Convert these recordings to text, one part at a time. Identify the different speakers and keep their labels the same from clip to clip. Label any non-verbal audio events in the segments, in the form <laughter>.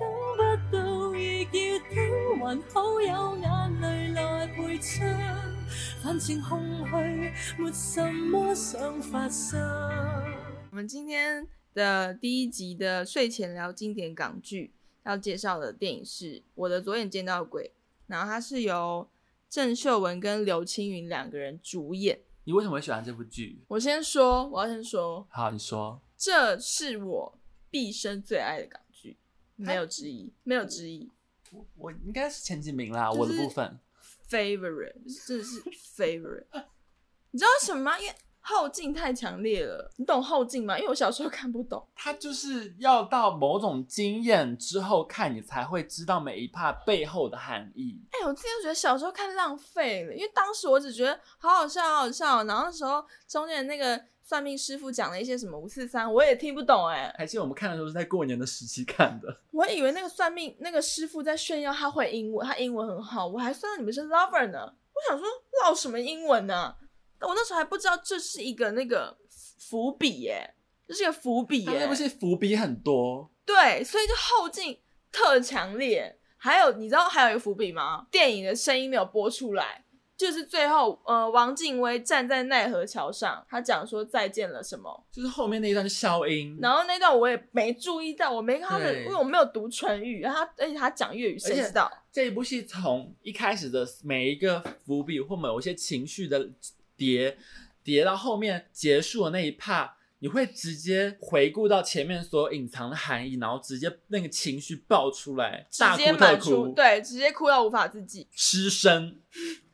Speaker 1: 等不到，亦要等，還好有眼淚來陪襯。反正空虛，沒什麼想發生。
Speaker 2: 我们今天的第一集的睡前聊经典港剧，要介绍的电影是《我的左眼见到鬼》，然后它是由郑秀文跟刘青云两个人主演。
Speaker 3: 你为什么会喜欢这部剧？
Speaker 2: 我先说，我要先说，
Speaker 3: 好，你说，
Speaker 2: 这是我毕生最爱的港剧，没有之一，没有之一
Speaker 3: 我我应该是前几名啦，
Speaker 2: 就是
Speaker 3: 我的部分。
Speaker 2: ，favorite，真的是 favorite。你知道为什么吗？因为后劲太强烈了。你懂后劲吗？因为我小时候看不懂。
Speaker 3: 它就是要到某种经验之后看，你才会知道每一 part 背后的含义。
Speaker 2: 哎、我自己都觉得小时候看浪费了，因为当时我只觉得好好笑，好好笑哦。然后那时候中间那个算命师傅讲了一些什么五四三，我也听不懂哎、
Speaker 3: 还记得我们看的时候是在过年的时期看的，
Speaker 2: <laughs> 我以为那个算命那个师傅在炫耀他会英文，他英文很好，我还算到你们是 lover 呢。我想说唠什么英文呢、但我那时候还不知道这是一个那个伏笔耶、这是一个伏笔
Speaker 3: 它
Speaker 2: 耶、
Speaker 3: 那部戏伏笔很多。
Speaker 2: 对，所以就后劲特强烈。还有，你知道还有一个伏笔吗？电影的声音没有播出来，就是最后，呃，王静薇站在奈何桥上，她讲说再见了什么，
Speaker 3: 就是后面那一段是消音，
Speaker 2: 然后那段我也没注意到，我没看她的，
Speaker 3: 嗯对
Speaker 2: 因为我没有读唇语，然后她而且她讲粤语，谁
Speaker 3: 而且
Speaker 2: 知道？
Speaker 3: 这一部戏从一开始的每一个伏笔或某一些情绪的叠叠到后面结束的那一 part，你会直接回顾到前面所有隐藏的含义，然后直接那个情绪爆出来，
Speaker 2: 直
Speaker 3: 大
Speaker 2: 接
Speaker 3: 哭
Speaker 2: 满
Speaker 3: 特
Speaker 2: 出，
Speaker 3: 哭，
Speaker 2: 对，直接哭到无法自己。
Speaker 3: 失声，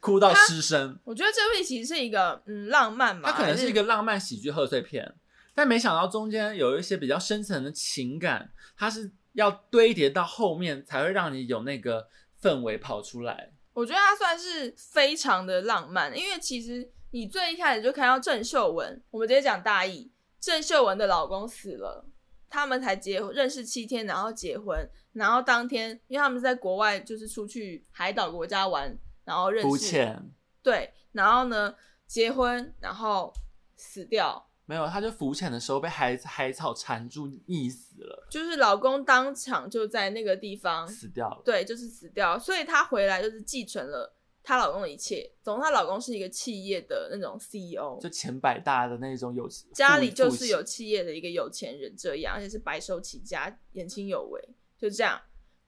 Speaker 3: 哭到失声。
Speaker 2: 我觉得这部戏其实是一个嗯浪漫嘛，
Speaker 3: 它可能是一
Speaker 2: 个
Speaker 3: 个浪漫喜剧贺岁片，但没想到中间有一些比较深层的情感，它是要堆叠到后面才会让你有那个氛围跑出来。
Speaker 2: 我觉得它算是非常的浪漫，因为其实你最一开始就看到郑秀文，我们直接讲大意，郑秀文的老公死了，他们才结婚认识七天，然后结婚，然后当天因为他们在国外就是出去海岛国家玩，然后认
Speaker 3: 肤
Speaker 2: 识，
Speaker 3: 浅。
Speaker 2: 对，然后呢结婚，然后死掉，
Speaker 3: 没有，他就浮潜的时候被海海草缠住，溺死了，
Speaker 2: 就是老公当场就在那个地方
Speaker 3: 死掉了。
Speaker 2: 对，就是死掉，所以她回来就是继承了她老公的一切。总之，她老公是一个企业的那种 CEO，
Speaker 3: 就前百大的那种有
Speaker 2: 家里就是有
Speaker 3: 父
Speaker 2: 企业的一个有钱人这样，而且是白手起家，年轻有为，就这样。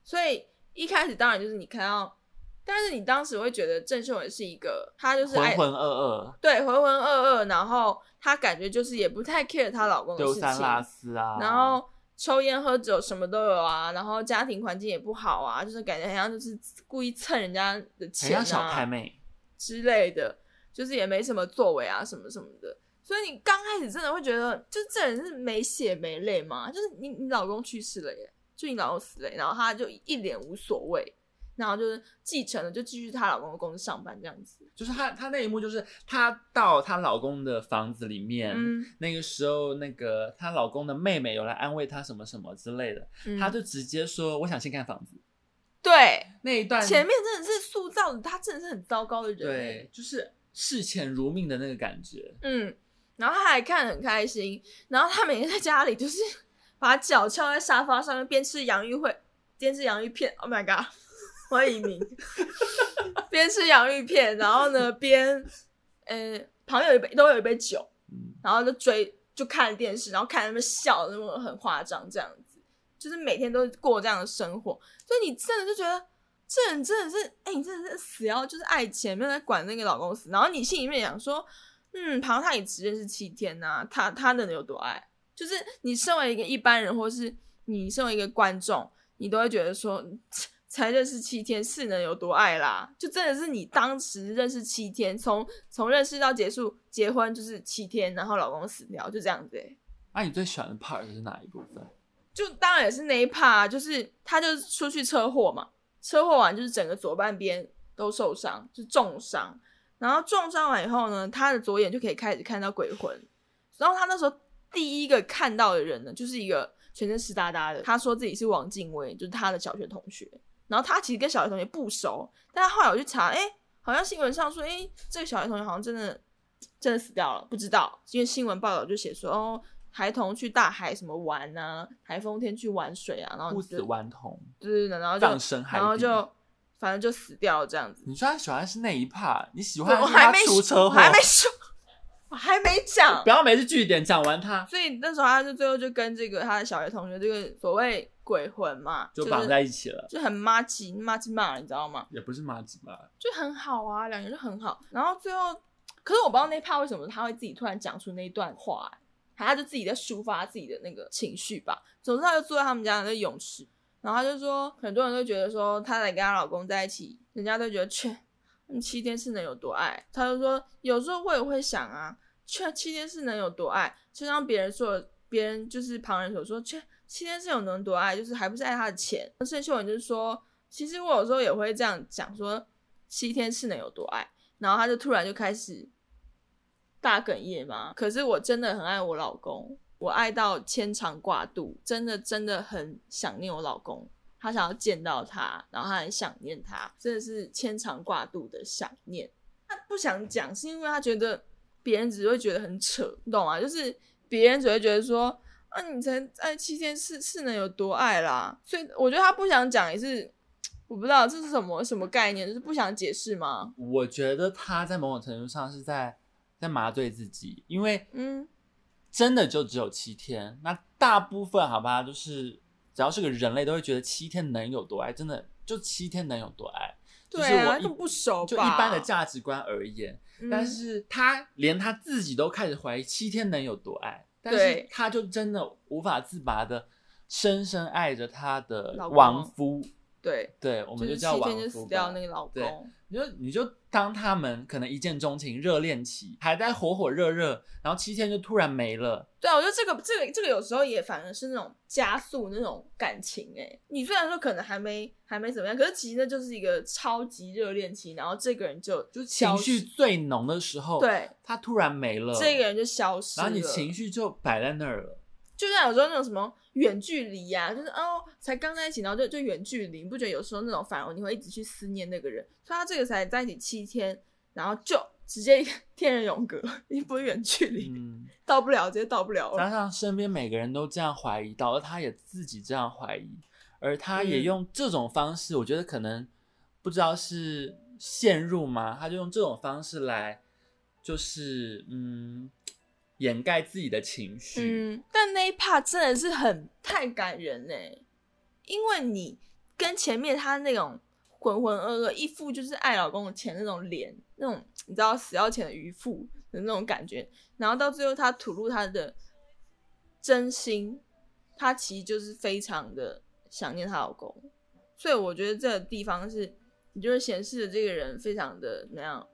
Speaker 2: 所以一开始当然就是你看到，但是你当时会觉得郑秀文是一个，她就是
Speaker 3: 亲浑
Speaker 2: 爱
Speaker 3: 浑噩噩、
Speaker 2: 对浑浑噩噩，然后她感觉就是也不太 care 她老公的
Speaker 3: 丢
Speaker 2: 事情，
Speaker 3: 三落四啊，
Speaker 2: 然后抽烟喝酒什么都有啊，然后家庭环境也不好啊，就是感觉好像就是故意蹭人家的
Speaker 3: 很
Speaker 2: 钱
Speaker 3: 像小太
Speaker 2: 啊
Speaker 3: 妹，
Speaker 2: 之类的，就是也没什么作为啊什么什么的。所以你刚开始真的会觉得，就这人是没血没泪吗？就是你你老公去世了耶，就你老公死了耶，然后她就一脸无所谓，然后就是继承了就继续她老公的公司上班这样子。
Speaker 3: 就是她她那一幕就是她到她老公的房子里面，
Speaker 2: 嗯，
Speaker 3: 那个时候那个她老公的妹妹有来安慰她什么什么之类的，
Speaker 2: 嗯
Speaker 3: 她就直接说我想先看房子
Speaker 2: 对
Speaker 3: 那一段
Speaker 2: 前面真的是塑造的，她真的是很糟糕的人。欸
Speaker 3: 对，就是视钱如命的那个感觉，
Speaker 2: 嗯，然后他还看得很开心，然后他每天在家里就是把脚翘在沙发上面，边吃洋芋会，边吃洋芋片。Oh my god，我要移民， <laughs> 边吃洋芋片，然后呢边，呃，旁边有一杯都有一杯酒，
Speaker 3: 嗯，
Speaker 2: 然后就追就看电视，然后看他们笑，那么很夸张这样子，就是每天都过这样的生活，所以你真的就觉得这人真的是，哎、你真的是死要就是爱钱，没有在管那个老公死，然后你心里面想说，嗯，庞他也只认识七天呐、他他能有多爱？就是你身为一个一般人，或是你身为一个观众，你都会觉得说。才认识七天，是能有多爱啦？就真的是你当时认识七天，从从认识到结束结婚就是七天，然后老公死掉，就这样子、欸。
Speaker 3: 那、啊你最喜欢的 part 是哪一部分？
Speaker 2: 就当然也是那一趴、啊就是他就是出去车祸嘛，车祸完就是整个左半边都受伤，就重伤。然后重伤完以后呢，他的左眼就可以开始看到鬼魂。然后他那时候第一个看到的人呢，就是一个全身湿哒哒的，他说自己是王静薇，就是他的小学同学。然后他其实跟小学同学不熟，但他后来我去查，哎、好像新闻上说，哎、这个小学同学好像真的真的死掉了，不知道，因为新闻报道就写说，哦，孩童去大海什么玩啊，台风天去玩水啊，然后
Speaker 3: 不
Speaker 2: 你
Speaker 3: 死
Speaker 2: 就
Speaker 3: 顽童，
Speaker 2: 对对对，然后
Speaker 3: 葬
Speaker 2: 就
Speaker 3: 身海底。
Speaker 2: 然后就反正就死掉这样子。
Speaker 3: 你说他喜欢是那一 part，你喜
Speaker 2: 对
Speaker 3: 欢
Speaker 2: 我
Speaker 3: 是
Speaker 2: 还
Speaker 3: 他
Speaker 2: 没
Speaker 3: 出车
Speaker 2: 我
Speaker 3: 祸，
Speaker 2: 还没说，我还没讲
Speaker 3: 不。要每次据点讲完他
Speaker 2: 所以那时候他就最后就跟这个他的小学同学，这个所谓鬼魂嘛，
Speaker 3: 就是绑在一起了，
Speaker 2: 就很妈鸡妈鸡骂，你知道吗？
Speaker 3: 也不是麻吉吧？
Speaker 2: 就很好啊，两个人就很好。然后最后，可是我不知道那一 part 为什么他会自己突然讲出那一段话、欸，还他就自己在抒发自己的那个情绪吧。总之，他就坐在他们家的那泳池，然后他就说，很多人都觉得说她来跟她老公在一起，人家都觉得切，你七天是能有多爱？他就说，有时候我也会想啊，切，七天是能有多爱？就像别人说，别人就是旁人所说，切，七天是有能多爱，就是还不是爱他的钱。盛秀文就是说，其实我有时候也会这样讲说，七天是能有多爱？然后他就突然就开始大哽咽嘛。可是我真的很爱我老公，我爱到牵肠挂肚，真的真的很想念我老公。他想要见到他，然后他很想念他，真的是牵肠挂肚的想念。他不想讲，是因为他觉得别人只会觉得很扯，你懂吗？就是别人只会觉得说，啊，你才爱七天是是能有多爱啦。所以我觉得他不想讲也是，我不知道这是什么什么概念，就是不想解释吗？
Speaker 3: 我觉得他在某种程度上是在在麻醉自己，因为
Speaker 2: 嗯，
Speaker 3: 真的就只有七天。那大部分好吧，就是只要是个人类，都会觉得七天能有多爱，真的就七天能有多爱。
Speaker 2: 对
Speaker 3: 就是
Speaker 2: 啊，
Speaker 3: 我
Speaker 2: 他
Speaker 3: 一
Speaker 2: 不熟吧？
Speaker 3: 就一般的价值观而言，
Speaker 2: 嗯，
Speaker 3: 但是他连他自己都开始怀疑七天能有多爱，但是
Speaker 2: 对
Speaker 3: 他就真的无法自拔的深深爱着他的
Speaker 2: 老公
Speaker 3: 亡夫，
Speaker 2: 对，
Speaker 3: 对，我
Speaker 2: 我
Speaker 3: 们就叫
Speaker 2: 七
Speaker 3: 亡
Speaker 2: 天就
Speaker 3: 夫
Speaker 2: 死
Speaker 3: 吧
Speaker 2: 掉那。个老
Speaker 3: 对
Speaker 2: 公，
Speaker 3: 你就你就当他们可能一见钟情、热恋期，还在火火热热，然后七天就突然没了，
Speaker 2: 对啊，我觉得这个这个这个有时候也反而是那种加速那种感情哎、你虽然说可能还没还没怎么样，可是其实那就是一个超级热恋期，然后这个人就
Speaker 3: 就是情
Speaker 2: 消
Speaker 3: 绪
Speaker 2: 失
Speaker 3: 最浓的时候，，
Speaker 2: 对，
Speaker 3: 他突然没了，
Speaker 2: 这个人就消失
Speaker 3: 然
Speaker 2: 了。
Speaker 3: 后你情绪就摆在那儿了。
Speaker 2: 就像有时候那种什么远距离呀、就是哦才刚在一起，然后就就远距离，你不觉得有时候那种反而你会一直去思念那个人，所以他这个才在一起七天，然后就直接 <laughs> 天人永隔，你不是远距离，
Speaker 3: 嗯，
Speaker 2: 到不了，直接到不了了
Speaker 3: 加上身边每个人都这样怀疑，导致他也自己这样怀疑，而他也
Speaker 2: 嗯
Speaker 3: 用这种方式，我觉得可能不知道是陷入吗？他就用这种方式来，就是嗯，掩盖自己的情绪。
Speaker 2: 嗯，但那一 part 真的是很太感人呢、因为你跟前面他那种浑浑噩噩、一副就是爱老公的钱那种脸，那种你知道死要钱的渔夫的那种感觉，然后到最后他吐露他的真心，他其实就是非常的想念她老公，所以我觉得这个地方是，你就是显示了这个人非常的怎么样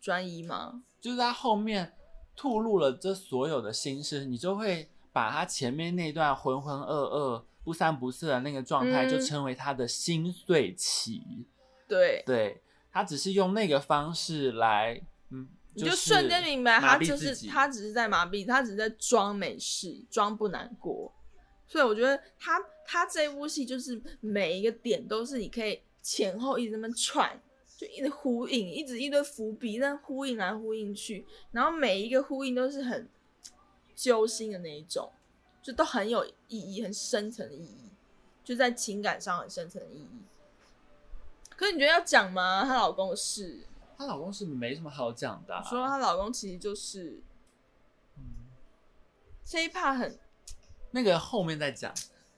Speaker 2: 专一吗？
Speaker 3: 就是他后面吐露了这所有的心事，你就会把他前面那段浑浑噩噩、不三不四的那个状态，
Speaker 2: 嗯
Speaker 3: 就称为他的心碎期。
Speaker 2: 对，
Speaker 3: 对他只是用那个方式来，嗯，
Speaker 2: 你就是瞬间明白，
Speaker 3: 麻
Speaker 2: 他
Speaker 3: 痹
Speaker 2: 就
Speaker 3: 自
Speaker 2: 是
Speaker 3: 己
Speaker 2: 他只是在麻痹，他只是在装没事，装不难过。所以我觉得他他这部戏就是每一个点都是你可以前后一直那么串，就一直呼应，一直一堆伏笔，但呼应来呼应去，然后每一个呼应都是很揪心的那一种，就都很有意义，很深层的意义，就在情感上很深层的意义。可是你觉得要讲吗？她老公是
Speaker 3: 她老公是没什么好讲的啊、
Speaker 2: 说她老公其实就是
Speaker 3: 嗯
Speaker 2: 这一 part 很
Speaker 3: 那个后面再讲，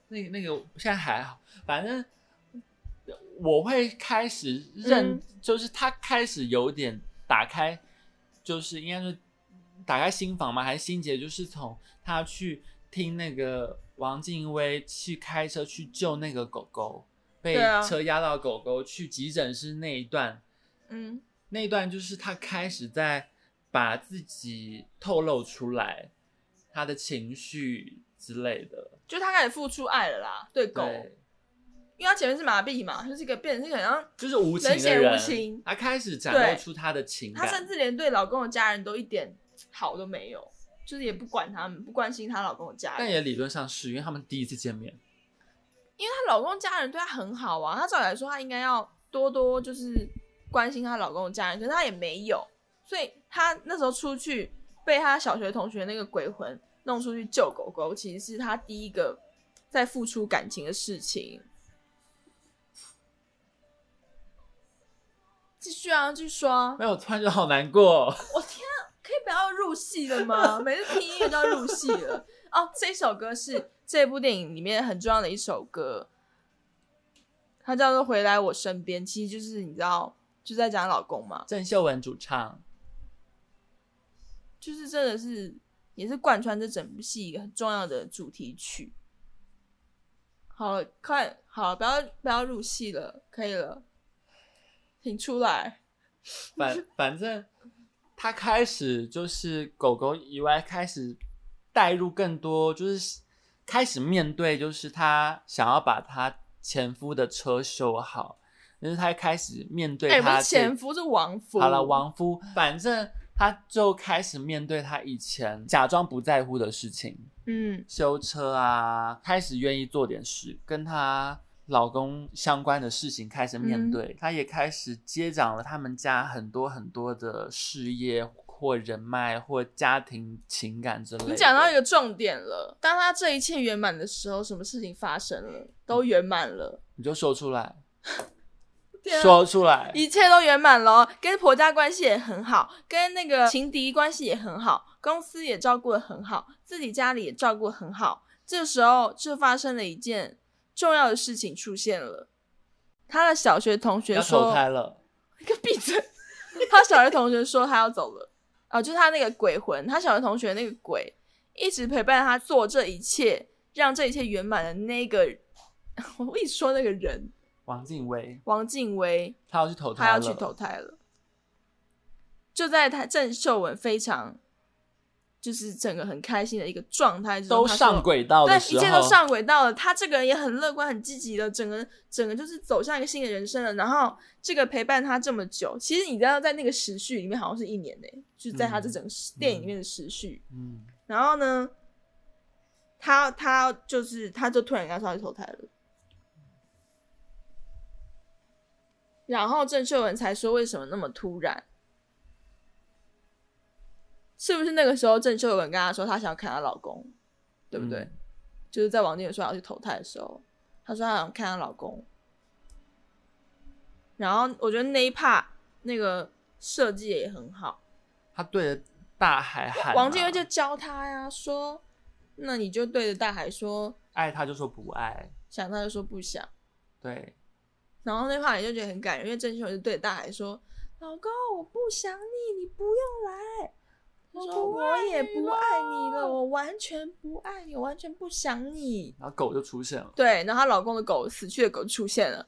Speaker 3: 那个那个现在还好，反正我会开始认，
Speaker 2: 嗯
Speaker 3: 就是他开始有点打开，就是应该是打开心房嘛，还是心结？就是从他去听那个王静薇去开车去救那个狗狗，被
Speaker 2: 对啊
Speaker 3: 车压到狗狗去急诊室那一段，
Speaker 2: 嗯
Speaker 3: 那一段就是他开始在把自己透露出来，他的情绪之类的。
Speaker 2: 就他开始付出爱了啦，对狗，
Speaker 3: 对，
Speaker 2: 因为他前面是麻痹嘛，就是一个变成是好像
Speaker 3: 就是无情的
Speaker 2: 人
Speaker 3: 人，
Speaker 2: 显无情
Speaker 3: 他开始展露
Speaker 2: 对
Speaker 3: 出他的情
Speaker 2: 她
Speaker 3: 感，
Speaker 2: 甚至连对老公的家人都一点好都没有，就是也不管他们，不关心她老公的家
Speaker 3: 但
Speaker 2: 人，
Speaker 3: 也理论上是因为他们第一次见面，
Speaker 2: 因为她老公家人对她很好啊，她照理来说她应该要多多就是关心她老公的家人，可是她也没有，所以她那时候出去被她小学同学那个鬼魂弄出去救狗狗，其实是他第一个在付出感情的事情。继续啊，继续说啊！
Speaker 3: 没有，突然觉得好难过。
Speaker 2: 我天啊，可以不要入戏了吗？每次听音乐就要入戏了。哦，这首歌是这部电影里面很重要的一首歌，它叫做《回来我身边》，其实就是你知道，就在讲老公嘛，
Speaker 3: 郑秀文主唱，
Speaker 2: 就是真的是也是贯穿这整部戏一个很重要的主题曲。好了，快好，不要不要入戏了，可以了，请出来。
Speaker 3: 反 <laughs> 反正他开始就是狗狗以外开始带入更多，就是开始面对，就是他想要把他前夫的车修好，但是他开始面对
Speaker 2: 哎、不
Speaker 3: 他
Speaker 2: 是
Speaker 3: 这
Speaker 2: 前夫，是亡夫。
Speaker 3: 好了，亡夫，反正他就开始面对他以前假装不在乎的事情，
Speaker 2: 嗯，
Speaker 3: 修车啊，开始愿意做点事，跟她老公相关的事情开始
Speaker 2: 嗯
Speaker 3: 面对，她、也开始接掌了他们家很多很多的事业或人脉或家庭情感之类的。
Speaker 2: 你讲到一个重点了，当他这一切圆满的时候，什么事情发生了？都圆满了，
Speaker 3: 你就说出来，
Speaker 2: 天啊
Speaker 3: 说出来，
Speaker 2: 一切都圆满了哦，跟婆家关系也很好，跟那个情敌关系也很好，公司也照顾的很好，自己家里也照顾的很好。这时候就发生了一件重要的事情出现了，他的小学同学
Speaker 3: 要
Speaker 2: 说
Speaker 3: 投胎了。：“
Speaker 2: 你个闭嘴！” <laughs> 他小学同学说他要走了，啊，就是他那个鬼魂，他小学同学那个鬼一直陪伴他做这一切，让这一切圆满的那个， <laughs> 我一直说那个人
Speaker 3: 王静薇，
Speaker 2: 王静薇，
Speaker 3: 她要去投胎
Speaker 2: 他
Speaker 3: 了，
Speaker 2: 要去投胎了。就在他郑秀文非常就是整个很开心的一个状态之中，
Speaker 3: 都
Speaker 2: 他说
Speaker 3: 上轨道
Speaker 2: 对
Speaker 3: 的，
Speaker 2: 一
Speaker 3: 时候，
Speaker 2: 切都上轨道了。他这个人也很乐观、很积极的，整个整个就是走向一个新的人生了。然后这个陪伴他这么久，其实你知道，在那个时序里面好像是一年呢、就是在他这整个时
Speaker 3: 嗯
Speaker 2: 电影里面的时序。
Speaker 3: 嗯，
Speaker 2: 然后呢，他他就是他就突然跟他说他去投胎了，然后郑秀文才说为什么那么突然，是不是那个时候郑秀文跟他说她想要看她老公，对不对？
Speaker 3: 嗯
Speaker 2: 就是在王静说要去投胎的时候，她说她想看她老公，然后我觉得那一 part 那个设计也很好。
Speaker 3: 她对着大海喊啊，
Speaker 2: 王静薇就教他呀，说，那你就对着大海说，
Speaker 3: 爱她就说不爱，
Speaker 2: 想他就说不想，
Speaker 3: 对，
Speaker 2: 然后那话你就觉得很感人，因为郑秀文就对着大海说，老公我不想你，你不用来，他说
Speaker 1: 不
Speaker 2: 我
Speaker 1: 爱
Speaker 2: 也
Speaker 1: 你
Speaker 2: 不爱你了，我完全不爱你，我完全不想你。
Speaker 3: 然后狗就出现了，
Speaker 2: 对，然后她老公的狗，死去的狗出现了，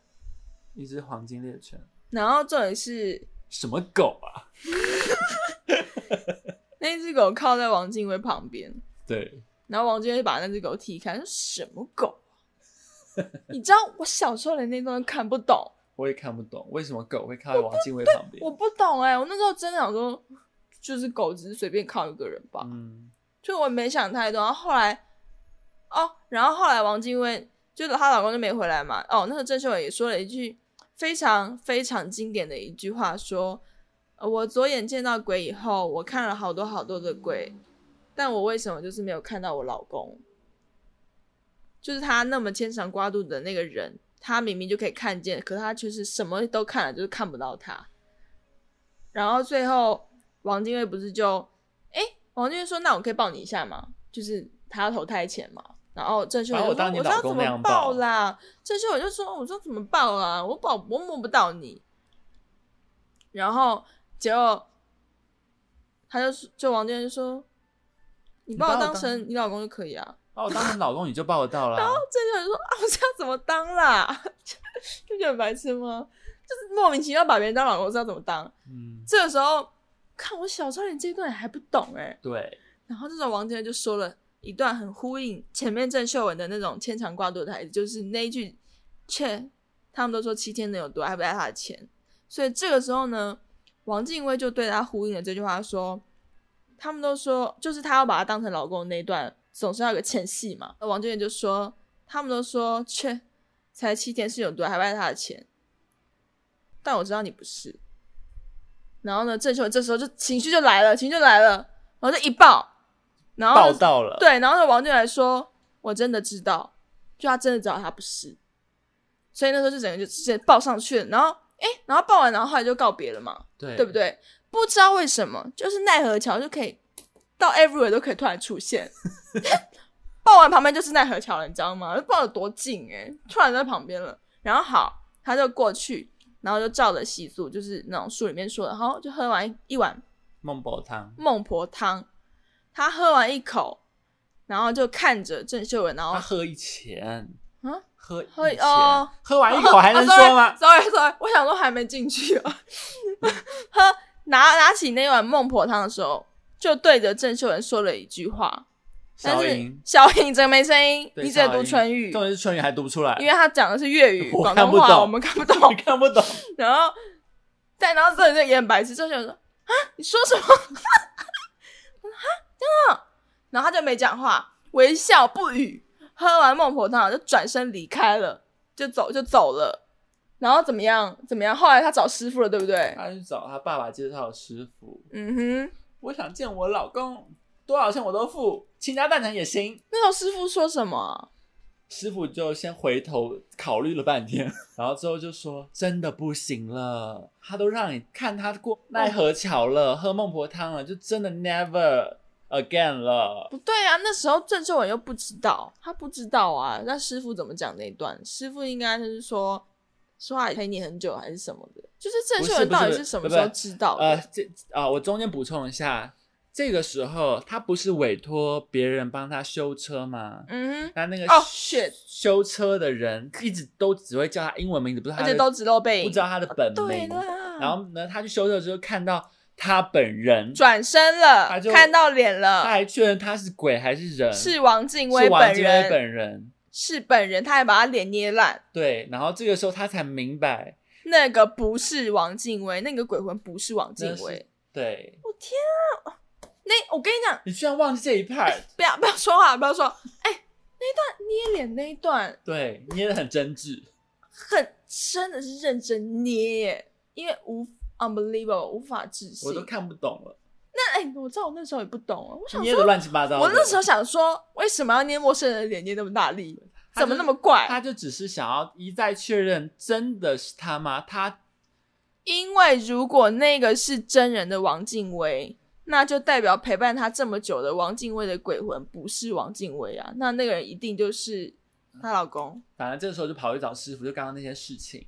Speaker 3: 一只黄金猎犬，
Speaker 2: 然后重点是
Speaker 3: 什么狗 <laughs> 啊？
Speaker 2: 那只狗靠在王静薇旁边，
Speaker 3: 对，
Speaker 2: 然后王晶就把那只狗踢开，说什么狗啊？ <laughs> 你知道我小时候连那东西看不懂。
Speaker 3: 我也看不懂为什么狗会靠在王静薇旁边
Speaker 2: 我。不懂哎、我那时候真的想说，就是狗只是随便靠一个人吧，
Speaker 3: 嗯，
Speaker 2: 就我没想太多。然后后来，哦，然后后来王静薇就是她老公就没回来嘛。哦，那时候郑秀文也说了一句非常非常经典的一句话，说：“呃我左眼见到鬼以后，我看了好多好多的鬼，但我为什么就是没有看到我老公？就是他那么牵肠挂肚的那个人，他明明就可以看见，可他却是什么都看了，就是看不到他。然后最后王金卫不是就，哎、王金卫说：“那我可以抱你一下吗？”就是他要投胎前嘛。然后郑秀文
Speaker 3: 把
Speaker 2: 就
Speaker 3: 我
Speaker 2: 说
Speaker 3: 当你
Speaker 2: 我知道
Speaker 3: 老公
Speaker 2: 怎
Speaker 3: 那
Speaker 2: 么
Speaker 3: 样
Speaker 2: 抱
Speaker 3: 抱
Speaker 2: 啦。郑秀文就说：“我知道怎么抱啊，我抱我摸不到你。”然后结果他就说就王健就说：“你把我当成你老公就可以啊。
Speaker 3: 把我当成老公你就抱得到啦。”
Speaker 2: 郑秀文说：“啊，我知道怎么当啦， <laughs> 就觉得很白痴吗？就是莫名其妙把别人当老公，知道怎么当。
Speaker 3: 嗯，
Speaker 2: 这个时候，看我小时候你这一段还不懂哎、
Speaker 3: 对，
Speaker 2: 然后这种王健就说了一段很呼应前面郑秀文的那种牵肠挂肚的台词，就是那一句“切”，他们都说七天能有多爱不爱他的钱，所以这个时候呢，王静薇就对他呼应了这句话说，他们都说就是他要把他当成老公的那一段，总是要有个前戏嘛。王静薇就说，他们都说“切”，才七天是有多爱不爱他的钱，但我知道你不是。然后呢，郑秀文这时候就情绪就来了，情绪就来了，然后就一抱，然后
Speaker 4: 报道了，
Speaker 2: 对，然后王俊来说：“我真的知道，就他真的知道他不是。”所以那时候就整个就直接报上去了，然后哎，然后报完，然后后来就告别了嘛，
Speaker 3: 对
Speaker 2: 对不？对？不知道为什么，就是奈何桥就可以到 everywhere 都可以突然出现， <laughs> 报完旁边就是奈何桥了，你知道吗？报的多近哎、突然在旁边了。然后好，他就过去，然后就照着习俗，就是那种书里面说的，然后就喝完一碗
Speaker 3: 孟婆汤，
Speaker 2: 孟婆汤，他喝完一口，然后就看着郑秀文，然后
Speaker 3: 他喝一钱，
Speaker 2: 嗯，
Speaker 3: 喝一
Speaker 2: 喝
Speaker 3: 钱
Speaker 2: <laughs> 哦
Speaker 3: 喝完一口还能说吗？
Speaker 2: s o r r y sorry，我啊想说还没进去啊。 <laughs> 喝拿拿起那碗孟婆汤的时候，就对着郑秀文说了一句话，但
Speaker 3: 小
Speaker 2: 是
Speaker 3: 莹，
Speaker 2: 小颖真没声音，
Speaker 3: 对
Speaker 2: 你只能
Speaker 3: 小
Speaker 2: 读
Speaker 3: 莹
Speaker 2: 唇语
Speaker 3: 重，点是春雨还读不出来， <laughs>
Speaker 2: 因为他讲的是粤语、
Speaker 3: 我
Speaker 2: 广
Speaker 3: 看
Speaker 2: 东
Speaker 3: 不
Speaker 2: 话，
Speaker 3: 懂。
Speaker 2: 我们看不懂
Speaker 3: 看不懂。
Speaker 2: 然后，对，然后这人就也很白痴，郑秀文说：“啊，你说什么？” <laughs> 我说：“啊，真的哦？”然后他就没讲话，微笑不语，喝完孟婆汤就转身离开了，就走就走了。然后怎么样？怎么样？后来他找师傅了，对不对？
Speaker 3: 他去找他爸爸介绍的师傅，
Speaker 2: 嗯哼，
Speaker 3: 我想见我老公，多少钱我都付，倾家荡产也行。
Speaker 2: 那时候师傅说什么啊？
Speaker 3: 师傅就先回头考虑了半天，然后之后就说：“真的不行了，他都让你看他过奈何桥了，喝孟婆汤了，就真的 never again 了。
Speaker 2: 不对啊，那时候郑秀文又不知道，他不知道啊。那师傅怎么讲那一段？师傅应该就是说，说话陪你很久还是什么的。就是郑秀文
Speaker 3: 不是不是
Speaker 2: 到底什么时候知”道
Speaker 3: 呃
Speaker 2: 的？，
Speaker 3: 这啊、我中间补充一下，这个时候他不是委托别人帮他修车吗？
Speaker 2: 嗯
Speaker 3: 那那个
Speaker 2: 哦
Speaker 3: 修
Speaker 2: shit
Speaker 3: 修车的人一直都只会叫他英文名字，不是
Speaker 2: 哼，
Speaker 3: 他
Speaker 2: 而
Speaker 3: 的，
Speaker 2: 且都只露背影，
Speaker 3: 不知道他的本
Speaker 2: 对啊
Speaker 3: 名。
Speaker 2: 啦。
Speaker 3: 然后呢，他去修车之后看到他本人，
Speaker 2: 转身了
Speaker 3: 他就，
Speaker 2: 看到脸
Speaker 3: 他
Speaker 2: 了，
Speaker 3: 还确认他是鬼还是人，
Speaker 2: 呃是王静
Speaker 3: 是
Speaker 2: 薇
Speaker 3: 王
Speaker 2: 本
Speaker 3: 金威
Speaker 2: 人，
Speaker 3: 本人。
Speaker 2: 是本人，他还把他脸捏烂。
Speaker 3: 对，然后这个时候他才明白，
Speaker 2: 那个不是王静薇，那个鬼魂不是王静
Speaker 3: 那是
Speaker 2: 薇。
Speaker 3: 对
Speaker 2: 我天啊！那我跟你讲，
Speaker 3: 你居然忘记这一 part，
Speaker 2: <laughs> 不要不要说话，不要说。哎、那一段捏脸那一段
Speaker 3: 对，捏的很真挚。
Speaker 2: 很真的是认真捏耶，因为无 unbelievable 无法置信。
Speaker 3: 我都看不懂了，
Speaker 2: 那哎、我知道我那时候也不懂啊，我想
Speaker 3: 捏的
Speaker 2: 说，
Speaker 3: 乱七八糟的。
Speaker 2: 我那时候想说，为什么要捏陌生人的脸捏那么大力，
Speaker 3: 他
Speaker 2: 怎
Speaker 3: 就
Speaker 2: 么那么怪？
Speaker 3: 他就只是想要一再确认真的是他吗？他
Speaker 2: 因为如果那个是真人的王静薇。那就代表陪伴他这么久的王静薇的鬼魂不是王静薇啊，那那个人一定就是
Speaker 3: 嗯
Speaker 2: 她老公。
Speaker 3: 反正这个时候就跑去找师傅，就刚刚那些事情，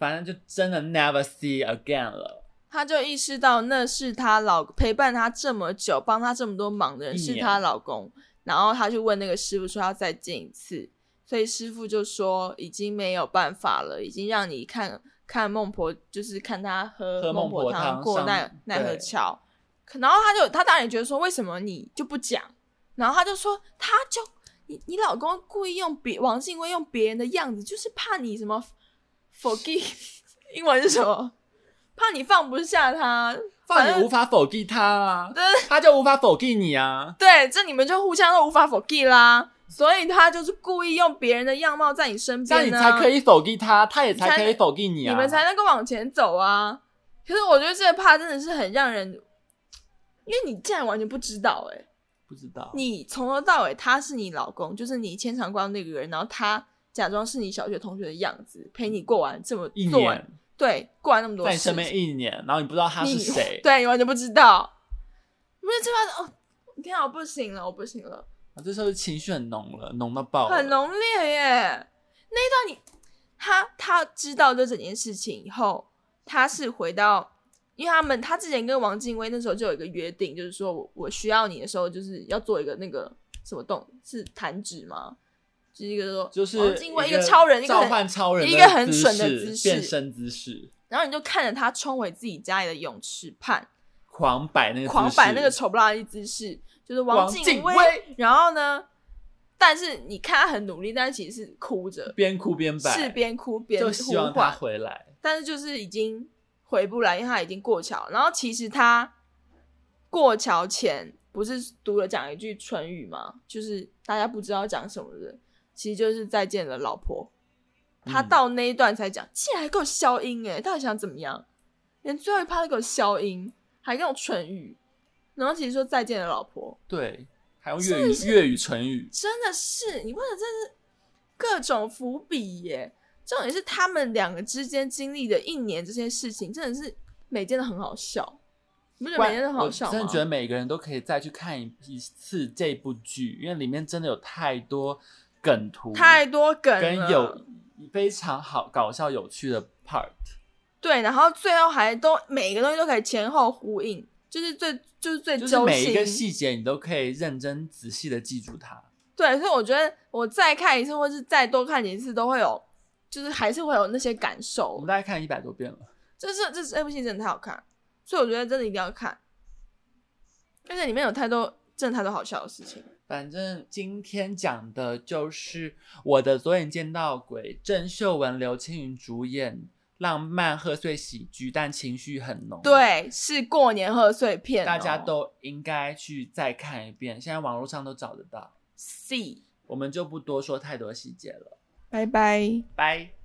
Speaker 3: 反正就真的 never see again 了。
Speaker 2: 她就意识到那是她老陪伴她这么久、帮她这么多忙的人
Speaker 3: 一
Speaker 2: 是
Speaker 3: 年
Speaker 2: 她老公，然后她去问那个师傅说要再见一次，所以师傅就说已经没有办法了，已经让你看看孟婆，就是看她喝
Speaker 3: 喝
Speaker 2: 孟
Speaker 3: 孟婆汤
Speaker 2: 汤过
Speaker 3: 上
Speaker 2: 奈奈何
Speaker 3: 对
Speaker 2: 桥，可然后她就她当然也觉得说为什么你就不讲，然后她就说她就你你老公故意用别王静薇用别人的样子，就是怕你什么 forgive，英 <laughs> 文是什么？怕你放不下他。反
Speaker 3: 放
Speaker 2: 正
Speaker 3: 你无法否定他啊
Speaker 2: 对，
Speaker 3: 他就无法否定你
Speaker 2: <laughs>
Speaker 3: 啊。
Speaker 2: 对，这你们就互相都无法 forgive 啦。所以他就是故意用别人的样貌在你身
Speaker 3: 这样
Speaker 2: 边
Speaker 3: 你
Speaker 2: 呢、
Speaker 3: 才可以否定他，他也才
Speaker 2: 才
Speaker 3: 可以否定你
Speaker 2: 你
Speaker 3: 啊。
Speaker 2: 们才能够往前走啊。可是我觉得这个怕真的是很让人，因为你竟然完全不知道、欸，
Speaker 3: 不知道。
Speaker 2: 你从头到尾他是你老公，就是你牵肠挂肚那个人，然后他假装是你小学同学的样子，陪你过完这么
Speaker 3: 一
Speaker 2: 做完
Speaker 3: 年
Speaker 2: 对，过完那么多
Speaker 3: 在
Speaker 2: 事
Speaker 3: 你身边
Speaker 2: 情
Speaker 3: 一年，然后你不知道他是
Speaker 2: 你，
Speaker 3: 谁
Speaker 2: 对，你完全不知道。不是这把哦，天啊，我不行了，我不行了，
Speaker 3: 啊这时候情绪很浓了，浓到爆了，
Speaker 2: 很浓烈耶！那一段你，他他知道这整件事情以后，他是回到，因为他们他之前跟王静薇那时候就有一个约定，就是说我我需要你的时候，就是要做一个那个什么动是弹指吗？就是一个说
Speaker 3: 就是
Speaker 2: 王静哦薇一个超人，一个
Speaker 3: 召
Speaker 2: 很
Speaker 3: 唤超人，
Speaker 2: 一个很蠢的姿势
Speaker 3: 变身姿势，
Speaker 2: 然后你就看着他冲回自己家里的泳池畔，
Speaker 3: 狂摆那个姿势
Speaker 2: 狂摆那个丑不拉几姿势，就是王
Speaker 3: 王
Speaker 2: 静
Speaker 3: 静
Speaker 2: 薇。
Speaker 3: 薇
Speaker 2: 然后呢，但是你看他很努力，但是其实是哭着，
Speaker 3: 边哭边摆，
Speaker 2: 是边哭边
Speaker 3: 就
Speaker 2: 呼
Speaker 3: 希望他
Speaker 2: 唤，
Speaker 3: 回来，
Speaker 2: 但是就是已经回不来，因为他已经过桥。然后其实他过桥前不是读了讲一句唇语吗？就是大家不知道讲什么的，其实就是再见了老婆。他
Speaker 3: 嗯
Speaker 2: 到那一段才讲，竟然还给我消音哎、到底想怎么样？连最后一趴都给我消音，还给我唇语，然后其实说再见了老婆，
Speaker 3: 对。还用粤语粤语成语，
Speaker 2: 真的是，你问的真是各种伏笔耶。重点是他们两个之间经历的一年这些事情，真的是每件都很好笑。你不觉得每件都很好笑
Speaker 3: 我
Speaker 2: 吗？
Speaker 3: 真的觉得每个人都可以再去看一一次这部剧，因为里面真的有太多梗图，
Speaker 2: 太多梗了，
Speaker 3: 跟有非常好搞笑有趣的 part。
Speaker 2: 对，然后最后还都每个东西都可以前后呼应，就是最就是最
Speaker 3: 就是
Speaker 2: 揪
Speaker 3: 每一
Speaker 2: 心。
Speaker 3: 个细节你都可以认真仔细的记住它。
Speaker 2: 对，所以我觉得我再看一次，或是再多看几次，都会有，就是还是会有那些感
Speaker 3: 我
Speaker 2: 受
Speaker 3: 们。大概看一百多遍了，
Speaker 2: 这这这这部戏真的太好看，所以我觉得真的一定要看，而且里面有太多真的太多好笑的事情。
Speaker 3: 反正今天讲的就是我的左眼见到鬼，郑秀文、刘青云主演，浪漫贺岁喜剧，但情绪很浓。。
Speaker 2: 对，是过年贺岁片、哦
Speaker 3: 大家都应该去再看一遍，现在网络上都找得到。
Speaker 2: C，
Speaker 3: 我们就不多说太多细节了，
Speaker 2: 拜拜。
Speaker 3: 拜。